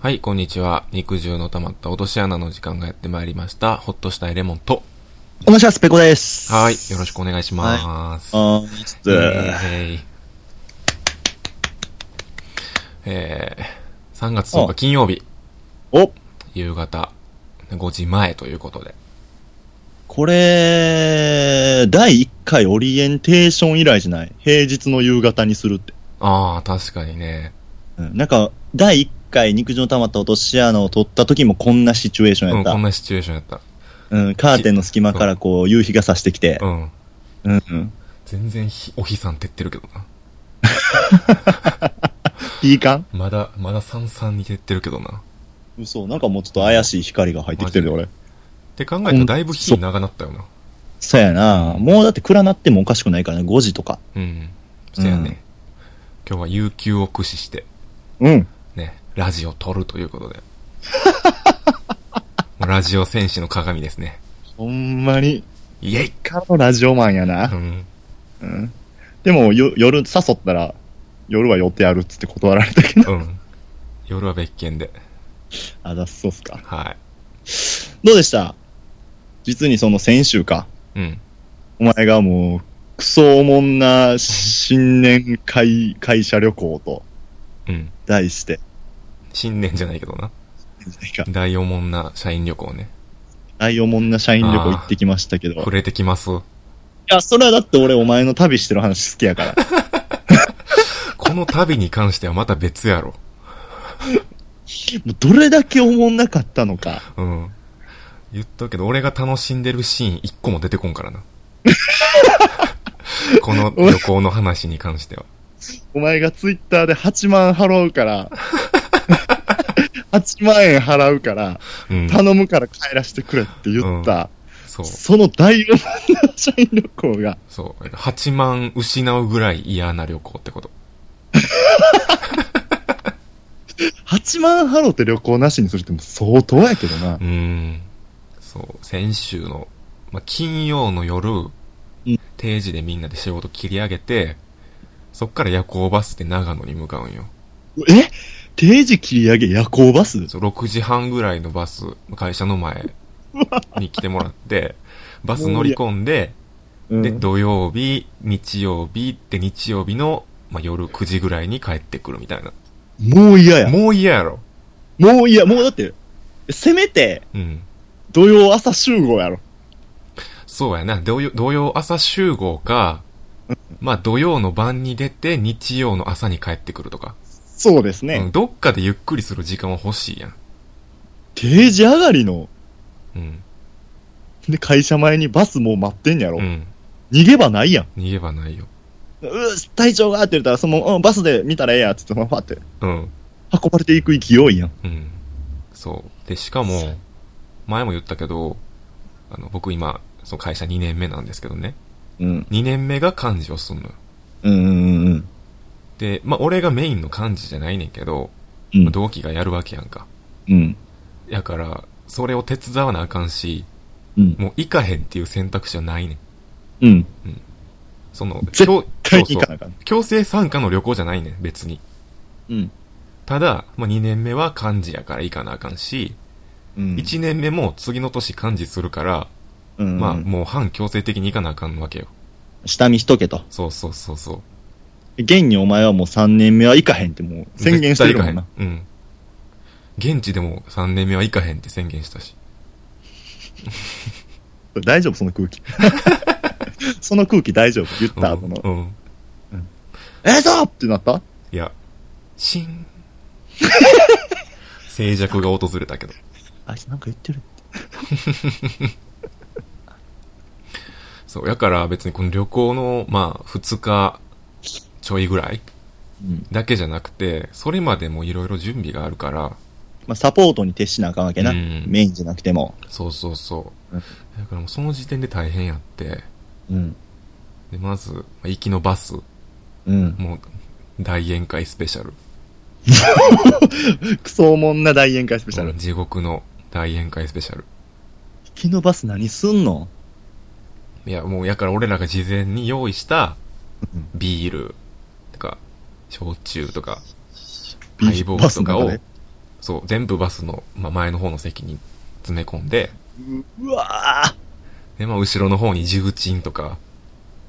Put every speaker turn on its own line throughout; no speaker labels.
はい、こんにちは。肉汁の溜まった落とし穴の時間がやってまいりました。ほっとしたいレモンと。
こんにちは、スペコです。
はい、よろしくお願いします。
あー
え
えー
ーえー、3月10日金曜日、
お、
夕方5時前ということで。
これ、第1回オリエンテーション以来じゃない平日の夕方にするって。
ああ、確かにね。
うん、なんか、第1回肉汁の溜まった落とし穴を取った時もこんなシチュエーション
う
や
ん、
った。
こ
うんん
なシチュエーションやった。
カーテンの隙間からこう、夕日が差してきて
う。ん。
うん、うん。
全然ひ、お日さんって言ってるけどな。
いい感
まだ、まだ三三に照ってるけどな。
嘘、なんかもうちょっと怪しい光が入ってきてるで、
マ
俺。
って考えたらだいぶ日長なったよな。
そうやなもうだって暗なってもおかしくないからね、5時とか。
うん。そやね。今日は有給を駆使して、
うん。
ね、ラジオを撮るということで。もうラジオ戦士の鏡ですね。
ほんまに、
イェイ
かのラジオマンやな。
うん。
うんでも、よ、夜、誘ったら、夜は予定あるっつって断られたけど。
うん。夜は別件で。
あ、だ、そうっすか。
は
どうでした実にその先週か。
い。うん。
お前がもう、クソおもんな新年会、会社旅行と
うん。
題して、
新年じゃないけどな。
なんか
大おもんな社員旅行ね。
大おもんな社員旅行行ってきましたけど。い
触れてきます。こ
や、それはだって俺お前の旅してる話好きや から。
の旅に関してはまた別やろ。
もうどれだけおもんなかったのか。
うん。言っとくけど、俺が楽しんでるシーン一個も出てこんからな。この旅行の話に関しては。
お前がツイッターで8万払う から、8万円払うから、
うん。
頼むから帰らせてくれって言った、
そう、
その大おもんな社員旅行が、
そう。8万失うぐらい嫌な旅行ってこと。
8万ハロって旅行なしにするってもう相当やけどな
う。ーん。そう。先週の、まあ、金曜の夜、
ん
定時でみんなで仕事切り上げて、そっから夜行バスで長野に向かうんよ。
え定時切り上げ夜行バス
そう6時半ぐらいのバス、会社の前に来てもら って、バス乗り込んで、
うん
で、土曜日、日曜日で日曜日の、まあ、夜9時ぐらいに帰ってくるみたいな。
もう嫌や。
もう嫌やろ。
もう嫌。もうだって、せめて
うん。
土曜朝集合やろ。
そうやな。土曜、土曜朝集合か、まあ土曜の晩に出て日曜の朝に帰ってくるとか。
そうです
う
ね。
ん、どっかでゆっくりする時間は欲しいやん。
定時上がりの、
うん。
で、会社前にバスもう待ってんやろ。
うん。
逃げ場ないやん。
逃げ場ないよ。
うー体調がって言ったら、その、うん、バスで見たらええや、つって、まあパって、
うん。
運ばれていく勢いやん。
うん。そう。で、しかも、前も言ったけど、あの、僕今、その会社2年目なんですけどね。
うん。
2年目が幹事をすんのよ。
うんうんうん
で、まあ俺がメインの幹事じゃないねんけど、
うん
まあ同期がやるわけやんか。
うん。
やから、それを手伝わなあかんし、
うん。
もう行かへんっていう選択肢はないねん。
うん。
その、
絶
強
買い
そう
に行
そう
かなあかん。
強制参加の旅行じゃないねん、別に。
うん。
ただ、まあ、2年目は幹事やから行かなあかんし、
うん
1年目も次の年幹事するから、
うん
まあ、
うん
もう半強制的に行かなあかんわけよ。
下見しとけと。
そうそうそうそう。
現にお前はもう3年目は行かへんってもう宣言してるもんな
絶。対行かへん。うん。現地でも3年目は行かへんって宣言したし。
大丈夫その空気。 その空気大丈夫言った後の。
うん。うん。
ええぞってなった
いや、シー ン。静寂が訪れたけど。
あいつなんか言ってる。
そう、やから別にこの旅行の、まあ、2日ちょいぐらい
うん。
だけじゃなくて、それまでもいろいろ準備があるから、
まあサポートに徹しなあかんわけな。
うん
メインじゃなくても。
そうそうそう。
う
だ
ん
からもうその時点で大変やって、
うん。
で、まず、まあ行きのバス、
うん。
もう、大宴会スペシャル。
クソおもんな大宴会スペシャル。
うん地獄の大宴会スペシャル。
引きのバス何すんの
いや、もう、やから俺らが事前に用意した
うん、
ビール、とか、焼酎とか、
ビー
ハ
ル
イボールとか
バスの
を
中で、
そう、全部バスの、まあ、前の方の席に詰め込んで、
うわぁ
で、まあ、後ろの方に重鎮とか、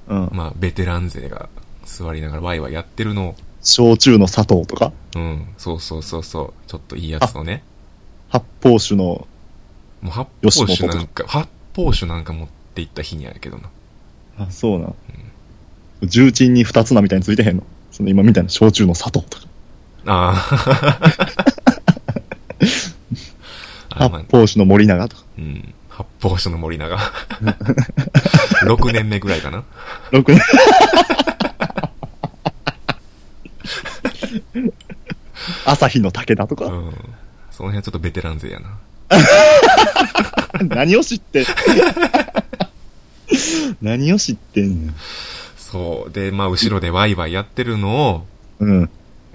うん。
まあ、ベテラン勢が座りながらワイワイやってるのを、
焼酎の砂糖とか、
うん、そうそうそうそう、ちょっといいやつをね。
発泡酒の、
もう発泡酒なんか、発泡酒なんか持って行った日にやけどな。
あ、そうな。重鎮に二つなみたいについてへんの。その今みたいな焼酎の砂糖とか、
ああ。あ、まあ
発、泡酒の森永とか、
うん。発泡酒の森永。6年目ぐらいかな。
ろ くな朝日の武田と
う
か、
ん。その辺はちょっとベテラン勢やな。
何を 知ってん何を知ってんの
そう。で、まあ、後ろでワイワイやってるのを
うん。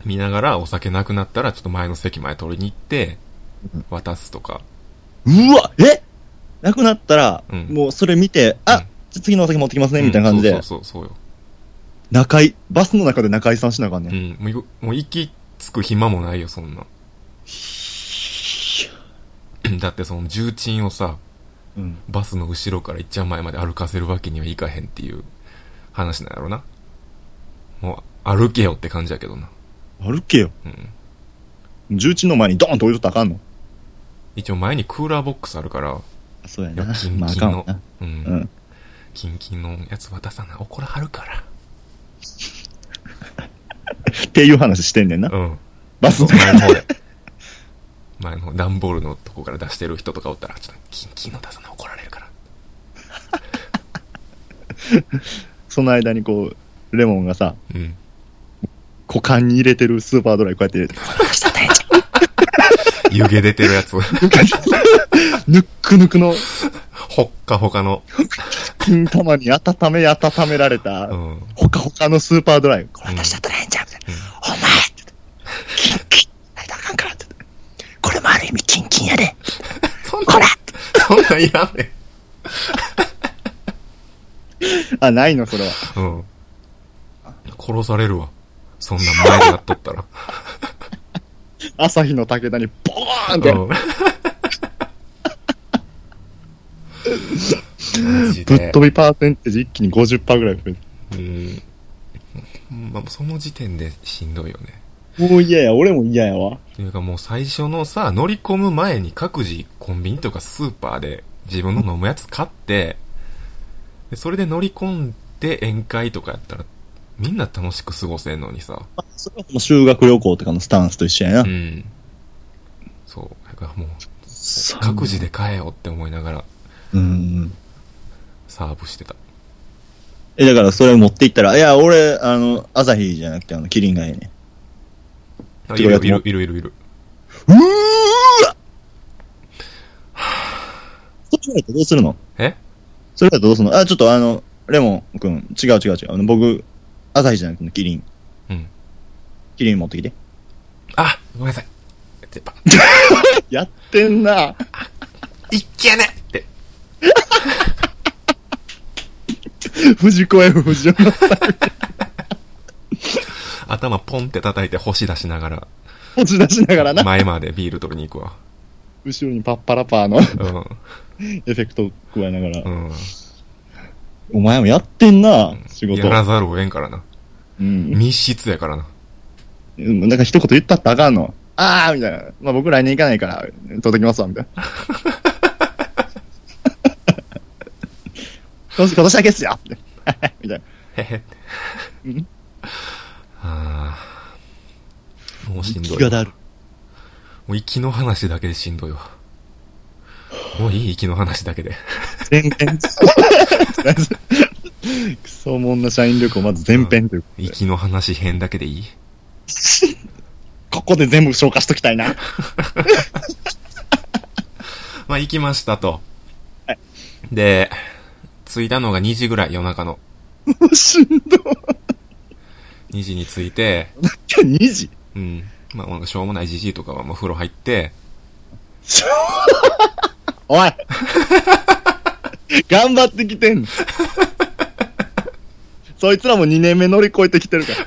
見ながら、お酒なくなったら、ちょっと前の席まで取りに行って、渡すとか。
うわえなくなったら、
うん
もうそれ見
う
て、
ん
あ、じゃあ次のお酒持ってきますね、みたいな感じで、
うんそうそうそうそうよ。
中井、バスの中で中井さんしなあかんねん。
う
い
ん。もうい、もう息つく暇もないよ、そんな。 だってその重鎮をさ、
やうん。
バスの後ろから一番前まで歩かせるわけにはいかへんっていう話なんやろな。もう、歩けよって感じやけどな。
歩けよ。
うん。
重鎮の前にドーンと置いとったらあかんの。
一応前にクーラーボックスあるから、
あそうや
いや
な。
キン
まああ
キ
か
ン
ん
の
わな。、
うん、
うん。
キンキンのやつ渡さな、怒らはるから。
っていう話してんねん な。
うん。
バスの中
前の方で。前の方、段ボールのとこから出してる人とかおったら、ちょっとキンキンの出さな怒られるから。
その間にこう、レモンがさ、
うん。
股間に入れてるスーパードライこうやって、
湯気出てるや つ。
ぬっくぬくの
ほっかほかの。
金玉に温め温められた、
うん。
ほかほかのスーパードライ。これ
出しちゃ
ったらええんじゃんみたい
な
お前ってキンキンないとあかんからってこれもある意味キンキンやで。
そんな、そんなんいらんねん。
あ、ないの、それは。
うん。殺されるわ。そんなん前でやっとったら。
朝日の武田にボーンって
うん。マジ
ぶっ
で。
飛びパーセンテージ一気に50%ぐらい増える。
うん。まあ、その時点でしんどいよね。
もう嫌や、俺も嫌やわ。
というかもう最初のさ、乗り込む前に各自コンビニとかスーパーで自分の飲むやつ買って、でそれで乗り込んで宴会とかやったら、みんな楽しく過ごせんのにさ。
まあそれはもう修学旅行とかのスタンスと一緒やな。
うん。そう。だからもう、
そう
各自で買えよって思いながら
うん。
サーブしてた。
え、だからそれ持っていったら、いや、俺、あの、朝日じゃなくて、あの、キリンがええねん。
あい
てか
る
やつ
い
も
るいるいるいる。
うーわそれ言われたらどうするの
え
それだとどうするのあ、ちょっとあの、レモン君、違う違う違う。あの、僕、朝日じゃなくて、キリン。
うん。
キリン持ってきて。
あごめんなさい。ってば、
やってんな。
いっけねって。
藤子 F 不二雄の
頭ポンって叩いて星出しなが
持ち出しながら
ら、
な。
前までビール取りに行くわ。
後ろにパッパラパーの エ
う
フェクトを加えながら。
ん。うん。
お前もやってんな、仕事
や。らざるを得んからな。
うん。
密室やからな。
なんか一言言ったってあかんの。あーみたいな。まあ僕来年行かないから、届きますわ、みたい な。今年今年だけっすよみたいな みたいな。
へへ。
うん
ああ。もうしんど
気が
い。
だる。
もう息の話だけでしんどいわ。もういい息の話だけで。
全編。クソもんな社員旅行、まず全編ということで
息の話編だけでいい
ここで全部消化しときたいな。
まあ、行きましたと。で、着いたのが2時ぐらい、夜中の。
しんどい。
2時に着いて、
今日2時
うん。まあ、なんかしょうもないじじいとかはもう風呂入って、
おい頑張ってきてんの。そいつらも2年目乗り越えてきてるから。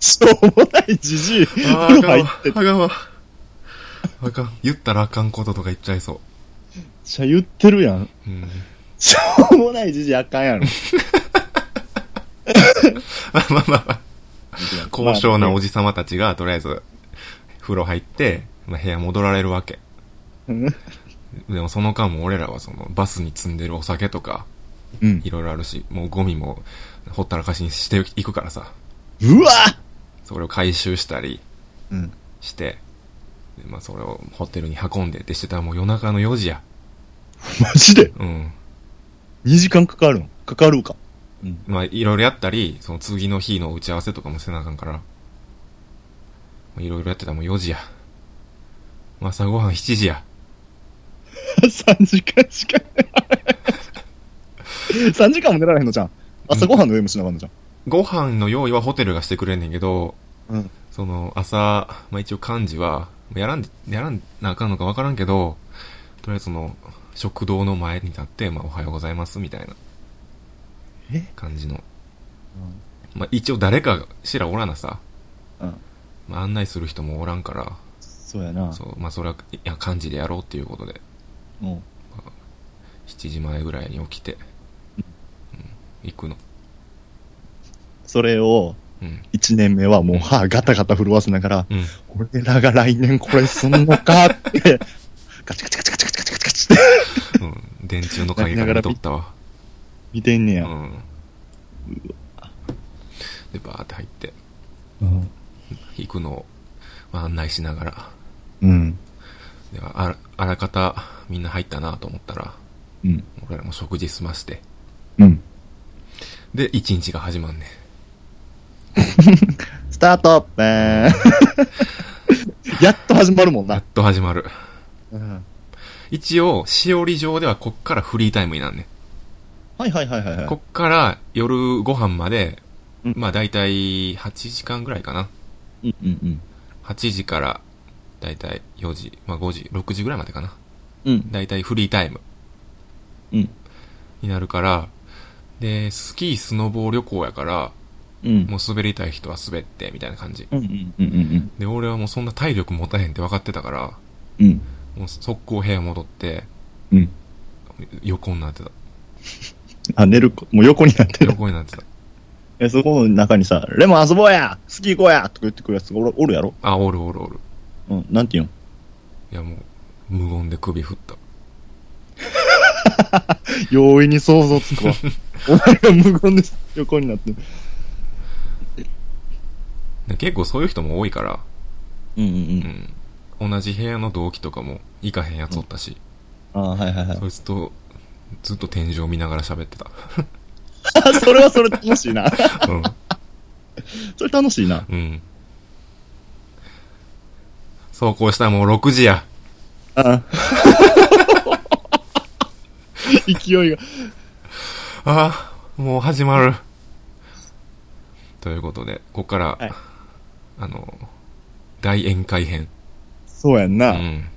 しょうもないじじい。風呂入って
あかんわ。あかん。言ったらあかんこととか言っちゃいそ
じゃ言ってるやん。
う。うん。
しょうもないじじいあかんやろ。
まあまあまあまあ、高尚なお
じ。
じさまたちが、とりあえず、風呂入って、まあ、部屋戻られるわけ。
うん
でもその間も俺らはその、バスに積んでるお酒とか、
うん。
いろいろあるし、もうゴミも、ほったらかしにしていくからさ、
うわ
それを回収したり
うん。
して、でまあそれをホテルに運んでってしてたらもう夜中の4時や。
マジで
うん。
?2 時間かかるんかかるか。
まあ、いろいろやったり、その次の日の打ち合わせとかもせなあかんから、まあいろいろやってたらもう4時や。まあ朝ごはん7時や。
3時間しかない。3時間も寝られへんのじゃん。朝ごはんの用意もしなあかんのじ
ご飯の用意はホテルがしてくれんねんけど、
ゃん。うん。
その朝、まあ一応幹事は、やらんで、やらんなあかんのかわからんけど、とりあえずその、食堂の前に立って、まあおはようございますみたいな
え
感じの。まあ一応誰かしらおらなさ、
うん。
まあ案内する人もおらんから、
そうやな。
そう、まあそれは、いや、幹事でやろうっていうことで、
うん。
7時前ぐらいに起きて、うん、行くの。
それを、
うん。
1年目はもう歯ガタガタ震わせながら、
うん。
俺らが来年これすんのかって、 ガチガチガチガチガチガチガチガチって
うん。電柱の影から見とったわ。
見てんねや。
うん。で、バーって入って、
うん。
行くのを、まあ、案内しながら、
うん。
であら、あらかた、みんな入ったなと思ったら、
うん。
俺らも食事済まして、
うん。
で、一日が始まんねん。
スタートえー やっと始まるもん
や
な
っ。と始まる。
うん。
一応、しおり上ではこっからフリータイムになんねん。
はいはいはいはいはい。
こっから夜ご飯まで、
うん
まあ大体8時間ぐらいかな。
うんうん
8時から大体4時、まあ5時、6時ぐらいまでかな。
うん。うん。
大体フリータイム
うん。
になるから、で、スキー、スノボー旅行やから、
うん。
もう滑りたい人は滑って、みたいな感じ。
うんうんうんうん
で、俺はもうそんな体力持たへんって分かってたから、
うん。うん。
もう速攻部屋戻って、
うん。
横になってた。
あ、寝る子、もう横になってる。
横になってた。
え、そこの中にさ、レモン遊ぼうやスキー行こうやとか言ってくるやつおるおるやろ
あ、おるおるおる。
うん。なんて言うん
いやもう、無言で首振った。
容易に想像つくわ。 お前が無言です。横になってる。
で結構そういう人も多いから、
うんうんう。
うんん。同じ部屋の同期とかも、行かへんやつおったし、
ああ、はいはいはい。
そいつと、ずっと天井見ながら喋ってた。
あ それはそれで楽しいな。
うん。
それ楽しいな。
うん。そうこうしたらもう6時や。
ああ勢いが。
ああ、もう始まる。ということで、ここから、
はい
あの、大宴会編。
そうやん
う
な。
ん。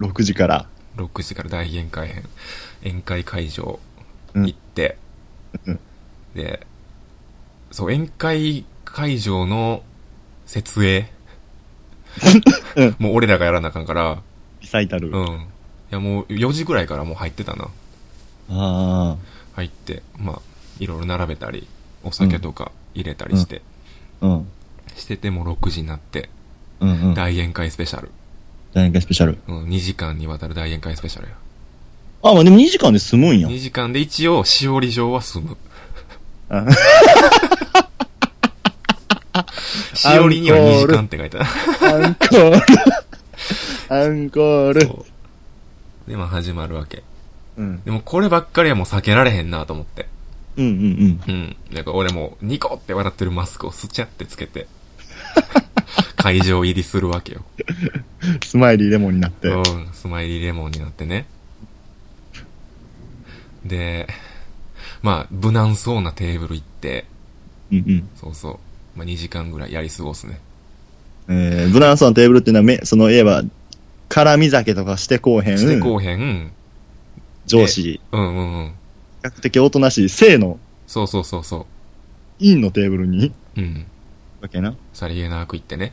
6時から。
6時から大宴会編。宴会会場
うん
行って、
うん
で、そう、宴会会場の設営。
うん
もう俺らがやらなあかんから、
リサイタル。
うん。いやもう4時ぐらいからもう入ってたな。
あ
入って、まあ、いろいろ並べたり、お酒とか入れたりして、
あ。うん。
してても6時になって、
うんうん。
大宴会スペシャル。
大学スペシャル。
うん、2時間にわたる大宴会スペシャルや。
あ、まあでも2時間で済むんや。
2時間で一応、しおり上は済む。
あ
しおりには2時間って書いてある。
アンコール。アンコール。
そうで、まあ始まるわけ。
うん。
でもこればっかりはもう避けられへんなと思って。
うんうん
うん。なんか俺もう、ニコって笑ってるマスクをスチャってつけ て、会場入りするわけよ。
うん。スマイリーレモンになって。
うん、スマイリーレモンになってね。で、まあ、無難そうなテーブル行って、
うん
そうそう。まあ、2時間ぐらいやり過ごすね。
うん。えー、ブランソンテーブルっていうのはめ、その、いえば、辛み酒とかしてこうへん。
してこうへん。
上司。
うんうんうん。
比較的おとなしい、性の、
そうそうそうそ
陰のテーブルに、
う。うん。
わけな。
さりげなく行ってね。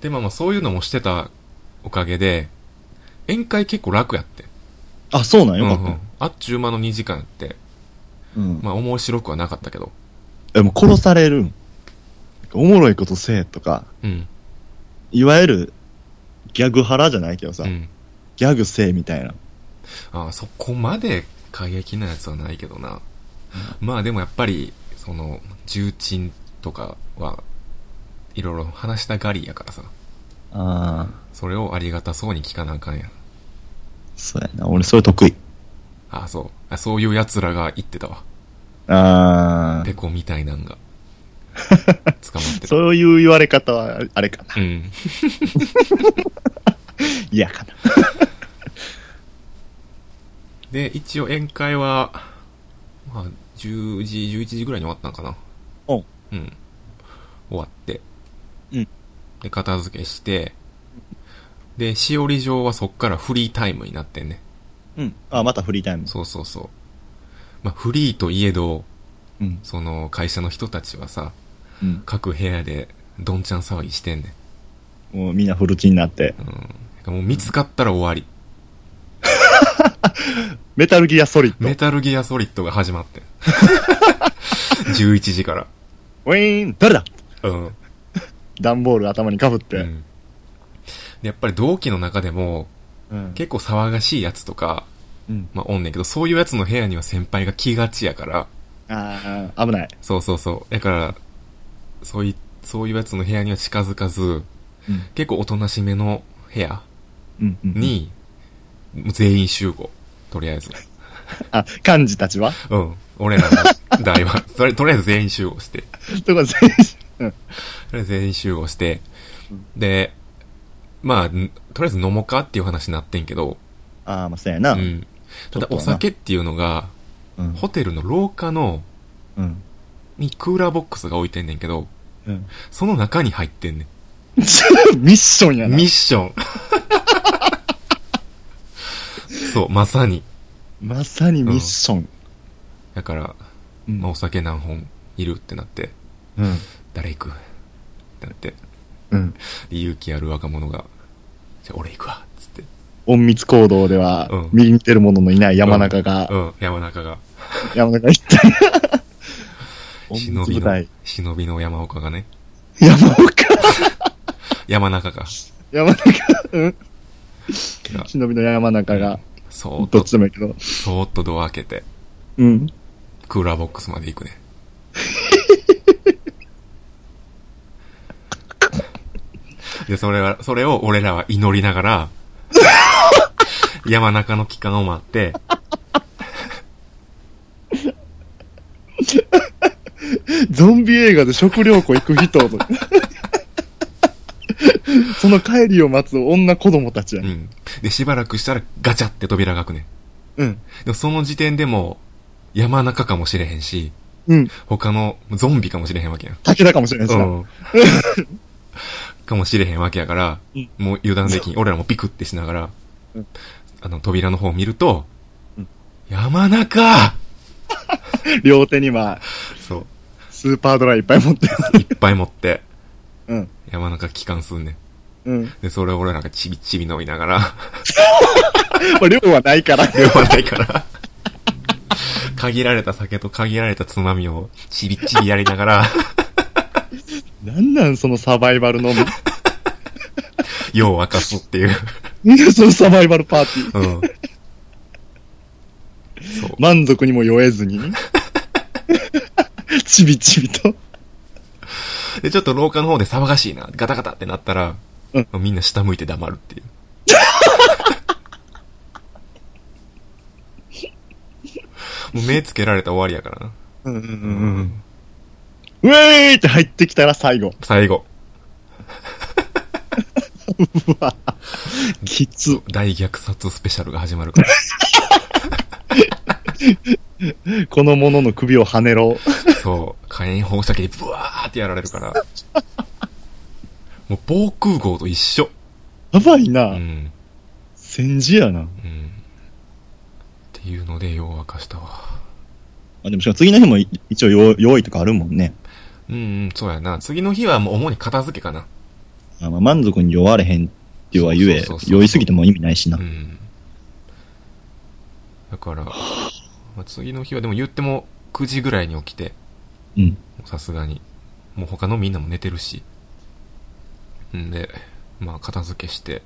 で、まあまあそういうのもしてたおかげで、宴会結構楽やって。
あ、そうなんよかっ
うん
た
うん。あっちゅう間の2時間って、
うん。
まあ面白くはなかったけど。
え、もう殺されるん。おもろいことせえとか、
うん。
いわゆる、ギャグハラじゃないけどさ、
うん。
ギャグせえみたいな。
ああ、そこまで過激なやつはないけどな。まあでもやっぱり、その、重鎮とかは、いろいろ話したがりやからさ。
ああ、
それをありがたそうに聞かなあかんやん。
そうやな。俺それ得意。
ああ、そう。あそういう奴らが言ってたわ。
あ
ペコみたいなんが。捕まっ
あ、
てた。
そういう言われ方は、あれかな。
うん。
嫌かな。
で、一応宴会は、まあ、10時、11時ぐらいに終わったんかな。
うん。
うん。終わって。
うん。
で、片付けして、で、しおり場はそっからフリータイムになってんね。
うん。あ、またフリータイム。
そうそうそう。まあ、フリーといえど、
うん。
その会社の人たちはさ、
うん。
各部屋でどんちゃん騒ぎしてんね
もうみんなフルチンになって。
ん。もう見つかったら終わり。
メタルギアソリッド
メ。タルギアソリッドが始ま ってん。11時から。
ウィーン誰だ
うん。
段ボール頭にかぶっ
う
て。
んでやっぱり同期の中でも、
うん。
結構騒がしいやつとか、
うん。
まあ、おんねんけど、そういうやつの部屋には先輩が来がちやから、
ああ、危ない。
そうそうそう。だから、そうい、そういうやつの部屋には近づかず、
うん
結構おとなしめの部屋
うん。うん、
に、全員集合。とりあえず。
あ、幹事たちは
うん。俺らの代は、 とりとりあえず全員集合して。と
とか全員、うん。
りあえず全員集合して。で、まあ、んとりあえず飲もうかっていう話になってんけど、
ああ、まあ、そうやな。
う。ん。ただお酒っていうのが、
うん。
ホテルの廊下の、
うん。
にクーラーボックスが置いてんねんけど、
うん。
その中に入ってんね
ミッションや
ん。
な
ミッ。ション。 そう、まさに。
まさにミッション。
だから、
うん
まあ、お酒何本いるってなって、
うん。
誰行くってなって、
うん。
で勇気ある若者が、じゃあ俺行くわ、つって。
隠密行動では
うん、
右に出る者のいない山中が
う、ん、山中が、
山中一体。隠
忍
密
びの
部隊。、
忍びの山岡がね、
山岡
山中が、
山中、うん
が。
忍びの山中が、
そーっと
どっ、ちでもいいけど。
そーっとドア開けて、
うん。
クーラーボックスまで行くね。で、それは、それを俺らは祈りながら、山中の期間を待って、
ゾンビ映画で食料庫行く 人とその帰りを待つ女子供たちや
う。ん。で、しばらくしたらガチャって扉が開くね。
うん。
でもその時点でもう、山中かもしれへんし、
うん。
他のゾンビかもしれへんわけやん。
武田かもしれないし
う
な。
ん。 かもしれへんわけやから、
うん
もう油断できん。俺らもピクってしながら、
うん
あの、扉の方を見ると、
うん
山中
両手には、
そう。
スーパードライいっぱい持ってる。
いっぱい持って、
うん。
山中帰還すんねん。
うん。
で、それを俺らがちびちび飲みながら、
まあ、量はないから。
でもないから、限られた酒と限られたつまみをちびちびやりながら、
なんなんそのサバイバルの、
夜を明かすっていう。
そのサバイバルパーティー。
うん。そう。
満足にも酔えず に。ちびちびと。
で、ちょっと廊下の方で騒がしいな、ガタガタってなったら、
うん
みんな下向いて黙るって いう。もう目つけられたら終わりやからな。
うんうんうんうん。ウェーイって入ってきたら最後。
最後、
うわきつ。
大虐殺スペシャルが始まるから。
この者の首を跳ねろ。
そう、火炎放射器でブワーってやられる から。もう防空壕と一緒。
やばいうな。
ん。
戦時やな。
うん。っていうので、夜を明かしたわ。
あ、でもしかも次の日もい一応用用意とかあるもんね。
うんうん、そうやな。次の日はもう主に片付けかな。
あまあ満足に酔われへんってはゆえ
そうそうそう、そう
酔いすぎても意味ないしな
う。ん。だから、まあ次の日はでも言っても9時ぐらいに起きて、
うん。
さすがに。もう他のみんなも寝てるし。んで、まあ片付けして、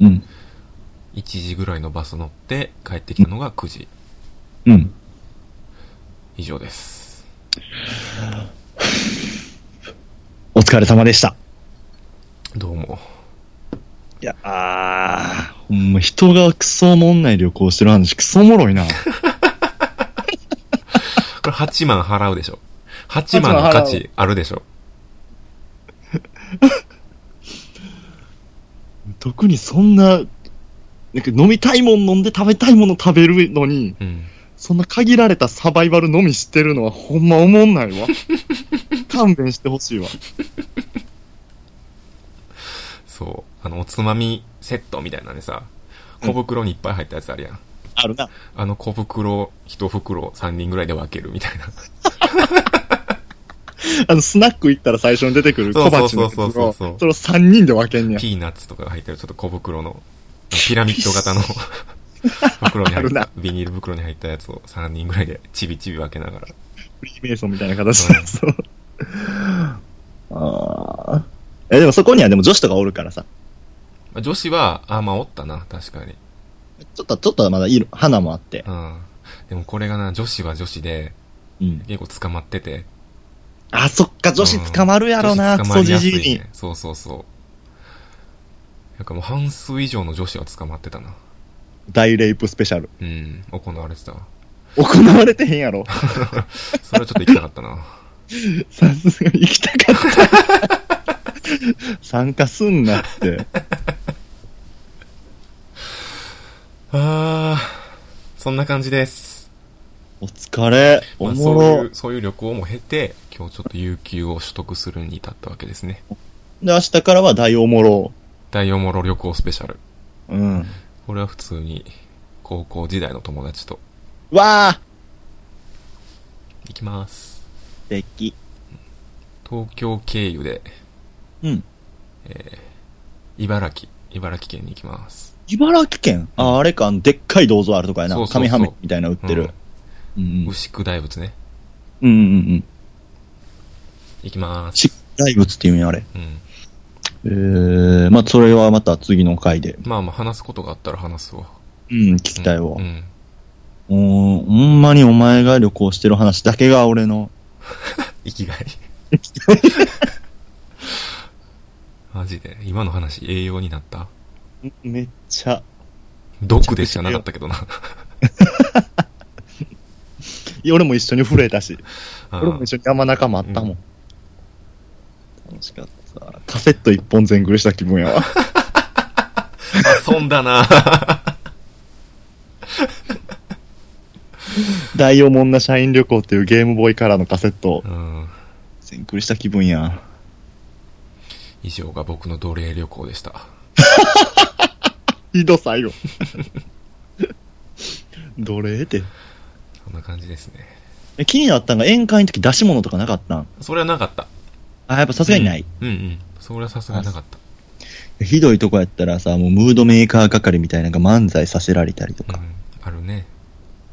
うん。
1時ぐらいのバス乗って帰ってきたのが9時。
うん。
以上です。
お疲れ様でした。
どうも。
いや、あー、ほんま人がクソおもんない旅行してる話、クソおもろ いな。
これ8万払うでしょ。8万の価値あるでしょ。
特にそんな、なんか飲みたいもん飲んで食べたいもの食べるのに、
うん。
そんな限られたサバイバルのみしてるのはほんまおも んないわ。勘弁してほしいわ。
そう。あの、おつまみセットみたいなんでさ、小袋にいっぱい入ったやつあるやん。
あるな。
あの小袋、一袋3人ぐらいで分けるみたいな。
あの、スナック行ったら最初に出てくる
そう
小
そう
鉢
そ
の
うそう
袋
そう
を、それを3人で分けんねや。
ピーナッツとかが入ってるちょっと小袋の、ピラミッド型 の袋に
あ
入っ
る
た
な、
ビニール袋に入ったやつを3人ぐらいでちびちび分けながら。
フリーメイソンみたいな形のやつを。 あーえ、でもそこにはでも女子とかおるからさ。
まあ女子は、あ、まあおったな、確かに。
ちょっと、ちょっとまだ色、花もあって。
うん。でもこれがな、女子は女子で、
うん。
結構捕まってて。
あ、そっか、女子捕まるやろな、
女
ク
子捕ま
ソ
り
じ
やす
じい
い
に
ね。。そうそうそう。なんかもう半数以上の女子は捕まってたな。
大レイプスペシャル。
うん、行われてたわ。
行われてへん やろ。
それはちょっと行きたかったな。
さすがに行きたかった。参加すんなって。
あー、そんな感じです。
お疲れ。
ま
お
あ、
も
そうい
ろ
う、。そういう旅行も経て、今日ちょっと有給を取得するに至ったわけですね。
で、明日からは大おもろ。
大おもろ旅行スペシャル。
うん。
これは普通に、高校時代の友達と
わー
行きます。
素敵。
東京経由で、
うん。
茨城、茨城県に行きます。
茨城県あ、あれか、あのでっかい銅像あるとかやな
そう。そうそう
紙はめみたいなの売ってる。うん
う、
うんん。
牛久大仏ね。
うんうんうん。
行きます。
漆大仏っていう意味あれ。
うん。
えー、まあ、それはまた次の回で。
まあまあ話すことがあったら話すわ。
うん、聞きたいわ
う。ん。
もうほんまにお前が旅行してる話だけが俺の。
生きがい。 マジで、今の話栄養になった
めっちゃ。
毒でしかなかったけ どな。
いや俺も一緒に震えたし。
あ
俺も
ー
一緒に山仲間あったもん。楽しかった。カセット一本全クリした気分や わ。
遊んだ な
大おもんな社員旅行っていうゲームボーイカラーのカセット
うん。
全クリした気分や。
以上が僕の奴隷旅行でした。
ひど最 後。どれって。
そんな感じですね。
え気になったんが宴会の時出し物とかなかったん
それはなかった。
あ、やっぱさすがにない。
うんうん。それはさすがになかった。
ひどいとこやったらさ、もうムードメーカー係みたいなのが漫才させられたりと
う
か。
ん。あるね。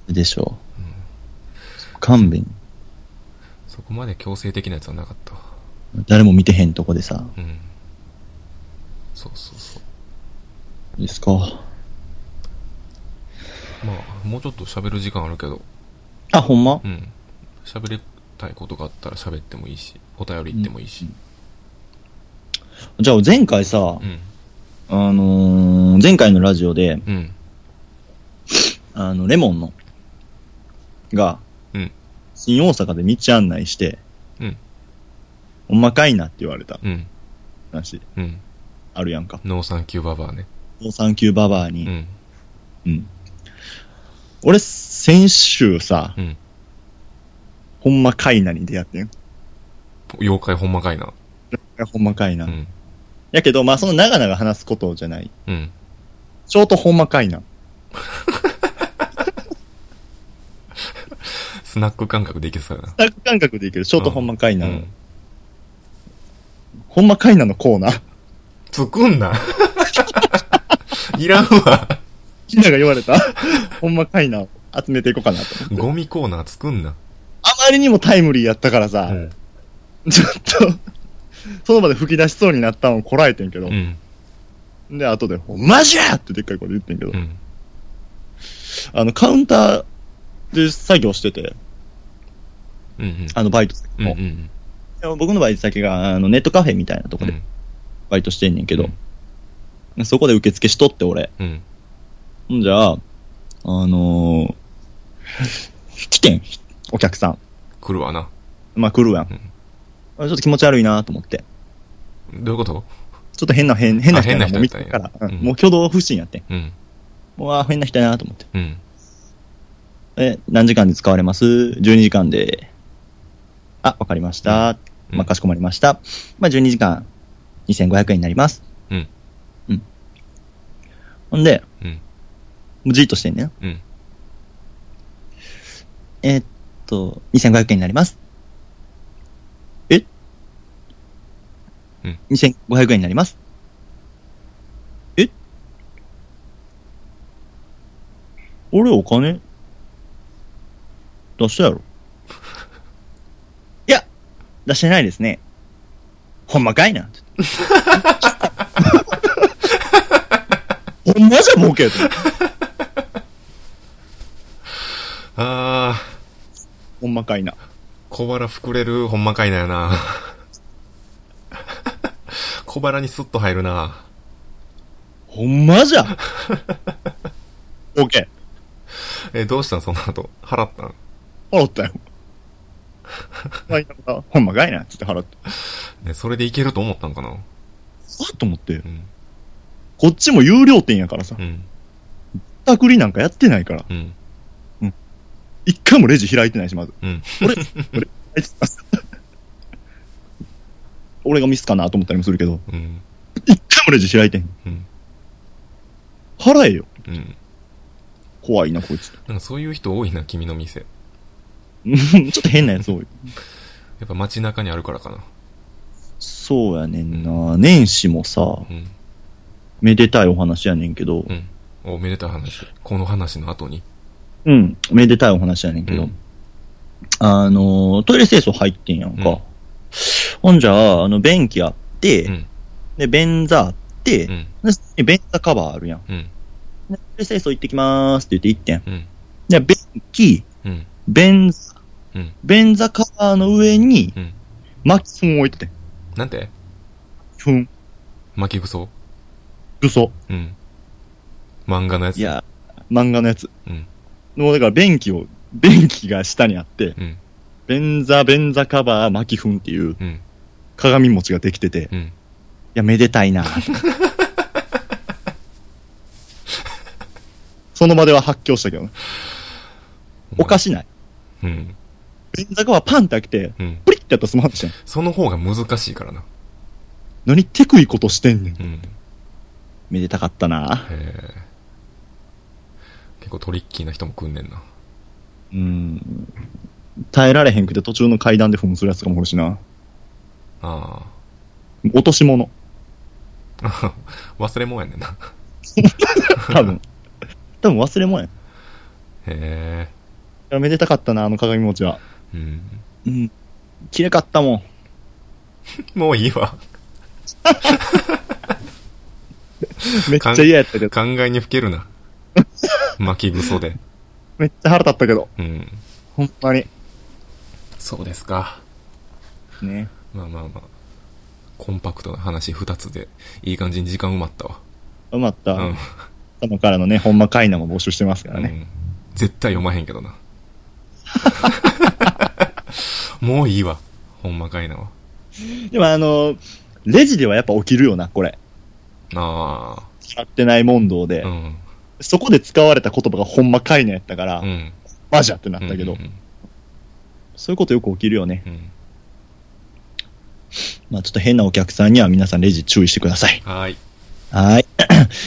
でしょ
うん。
う。勘弁。
そこまで強制的なやつはなかったわ。
誰も見てへんとこでさ。
うん。そうそうそう。
いいですか。
まあ、もうちょっと喋る時間あるけど、
あ、ほんま
うん。喋りたいことがあったら喋ってもいいし、お便り言ってもいいし。
じゃあ前回さ
う、ん。
あのー、前回のラジオで、
うん。
あの、レモンの、が、
うん
新大阪で道案内して、
うん。
ほんまかいなって言われた
うん。
話、
うん。
あるやんか。
ノーサンキューババアね。
もうサンキューババア
う
に、
ん。
うん。俺、先週さ、
うん
ほんまかいなに出会ってん。い
妖怪ほんまかいな。
やほんまかいな。
うん。
やけど、まあ、その長々話すことじゃない。
うん。
ちょうどほんまかいな。
スナック感覚でいけそうやな。
タク感覚でいいけど、ちょうどほんまかいな。
うん。
ほんまかいなのコーナー。
作んな。 いらんわ。
みんなが言われた。ほんまかいな。集めていこうかなと思って。
ゴミコーナー作んな。
あまりにもタイムリーやったから
う
さ、
ん。
ちょっと、その場で吹き出しそうになったのをこらえてんけど
う、ん。
で、後で、ほんまじゃってでっかい声で言ってんけど
う、ん。
あの、カウンターで作業してて、
うん。
あの、バイト先
うん。う
も。
ん。
でも僕のバイト先が、あの、ネットカフェみたいなとこ
う
で
ん。
バイトしてんねんけど、そこで受付しとって、俺。
うん。
ほんじゃあ、あのー、来てん、お客さん。
来るわな。
まあ、来るやん。
うん
あちょっと気持ち悪いなと思って。
どういうこと
ちょっと変な、変変な人やな、
あ変
も
な
う見
人
て
やったんや
から、うん
うん
もう挙動不審やってん。
うん。
もう、あー変な人やなと思って。
うん。
え、何時間で使われます ?12 時間で。あ、わかりました。
うん
まあ、かしこまりました。まあ、12時間2500円になります。
うん。
うん。ほんで、
うん
もうじーっとしてんねん。
うん。
えーっと、2500円になります。え
うん。
2500円になります。え俺お金出したやろいや、出してないですね。ほんまかいな。ほんまじゃ儲けやと。
あ
ほんまかいな。
ー、小腹膨れるほんまかいなよな。 小腹にスッと入るな。
ほんまじゃ。オッケ
え、どうしたんその後。払ったん
ー。払ったよ。はい、なんかほんまかいな。つって払って。
ね、それでいけると思ったんかな。
あっと思って
う。ん。
こっちも有料店やからさ
う。ん。
たくりなんかやってないから。
うん。
一回もレジ開いてないし、まず。
うん。
俺、俺、 開いてます。俺がミスかなと思ったりもするけど、
うん。
一回もレジ開いてへん。
うん。
払えよ。
うん。
怖いな、こいつ。
なんかそういう人多いな、君の店。
うんちょっと変なやつ多い。
やっぱ街中にあるからかな。
そうやねんな。年始もさ、
うん。
めでたいお話やねんけど、
うん。おめでたい話。この話の後に。
うん、めでたいお話やねんけど、
うん
あの、トイレ清掃入ってんやんか。
うん
ほんじゃ、あの、便器あって、
うん
で、便座あって、
うん。
でそこに便座カバーあるやん。
うん。
でトイレ清掃行ってきまーすって言って行っ
うん。
てん。で、便器、
うん。
便座、
うん
便座カバーの上に
うん。
巻き粉を置いててん。
なんて
ふん、
巻きぐそ
嘘。
うん。漫画のやつ。
い。や、漫画のやつ。
うん。
もうだから便器を、便器が下にあって、
うん。
便座、便座カバー、巻き粉っていう
うん。
鏡餅ができてて、い
うん。
や、めでた いな。その場では発狂したけどね。おか
し
しない。
うん。
便座カバーパンって開けて、
うん。
プリってやったらスマートじゃん。
その方が難しいからな。
何テクいことしてんねん。
うん。
めでたかったな。
へえ。結構トリッキーな人も来んねんな。
うん。耐えられへんくて途中の階段で踏むするやつとかもおるしな。
あ
落とし 物。
あ。 忘れ物やねんな。
多分。多分忘れ物やん。い
へ
やめでたかったな、あの鏡餅は。
え。うん。
うん。綺麗かったもん。
もういいわ。
めっちゃ嫌やったけど。
考えにふけるな。巻きぐそで。
めっちゃ腹立ったけど。
うん。
ほんまに。
そうですか。
ね。
まあまあまあ。コンパクトな話二つで、いい感じに時間埋まったわ。
うまった。
うん。
様、からのね、ほんまかいなも募集してますから
う
ね。
ん絶対読まへんけどな。 もういいわ。ほんまかいなわ。
でもあのレジではやっぱ起きるよな、これ。
あ
使ってない問答で、
あ。うん。
そこで使われた言葉がほんまかいなやったから、
うん。
マジやってなったけど、
うん。
そういうことよく起きるよね。
うん
まあちょっと変なお客さんには皆さんレジ注意してください。
はーい。
はーい。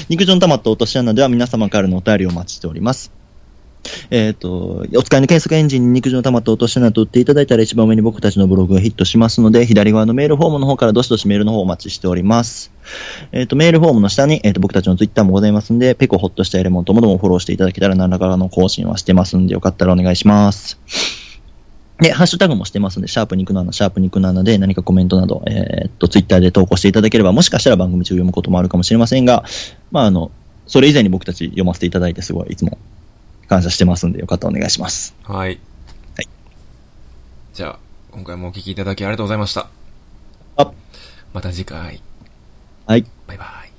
肉汁の溜まった落とし穴では皆様からのお便りをお待ちしております。えっ、と、お使いの検索エンジンに肉汁の玉と落とし穴と打っていただいたら一番上に僕たちのブログがヒットしますので、左側のメールフォームの方からどしどしメールの方をお待ちしております。えっ、と、メールフォームの下に、えっ、と、僕たちのツイッターもございますんで、ペコほっとしたエレモンともどもフォローしていただけたら何らかの更新はしてますんで、よかったらお願いします。で、ハッシュタグもしてますんで、シャープ肉の穴、シャープ肉の穴で何かコメントなど、えっ、と、ツイッターで投稿していただければ、もしかしたら番組中読むこともあるかもしれませんが、まあ、あの、それ以前に僕たち読ませていただいて、すごい、いつも感謝してますんで、よかったらお願いします。
はい。
はい。
じゃあ、今回もお聞きいただきありがとうございました。
あ
また次回。
はい。
バイバイ。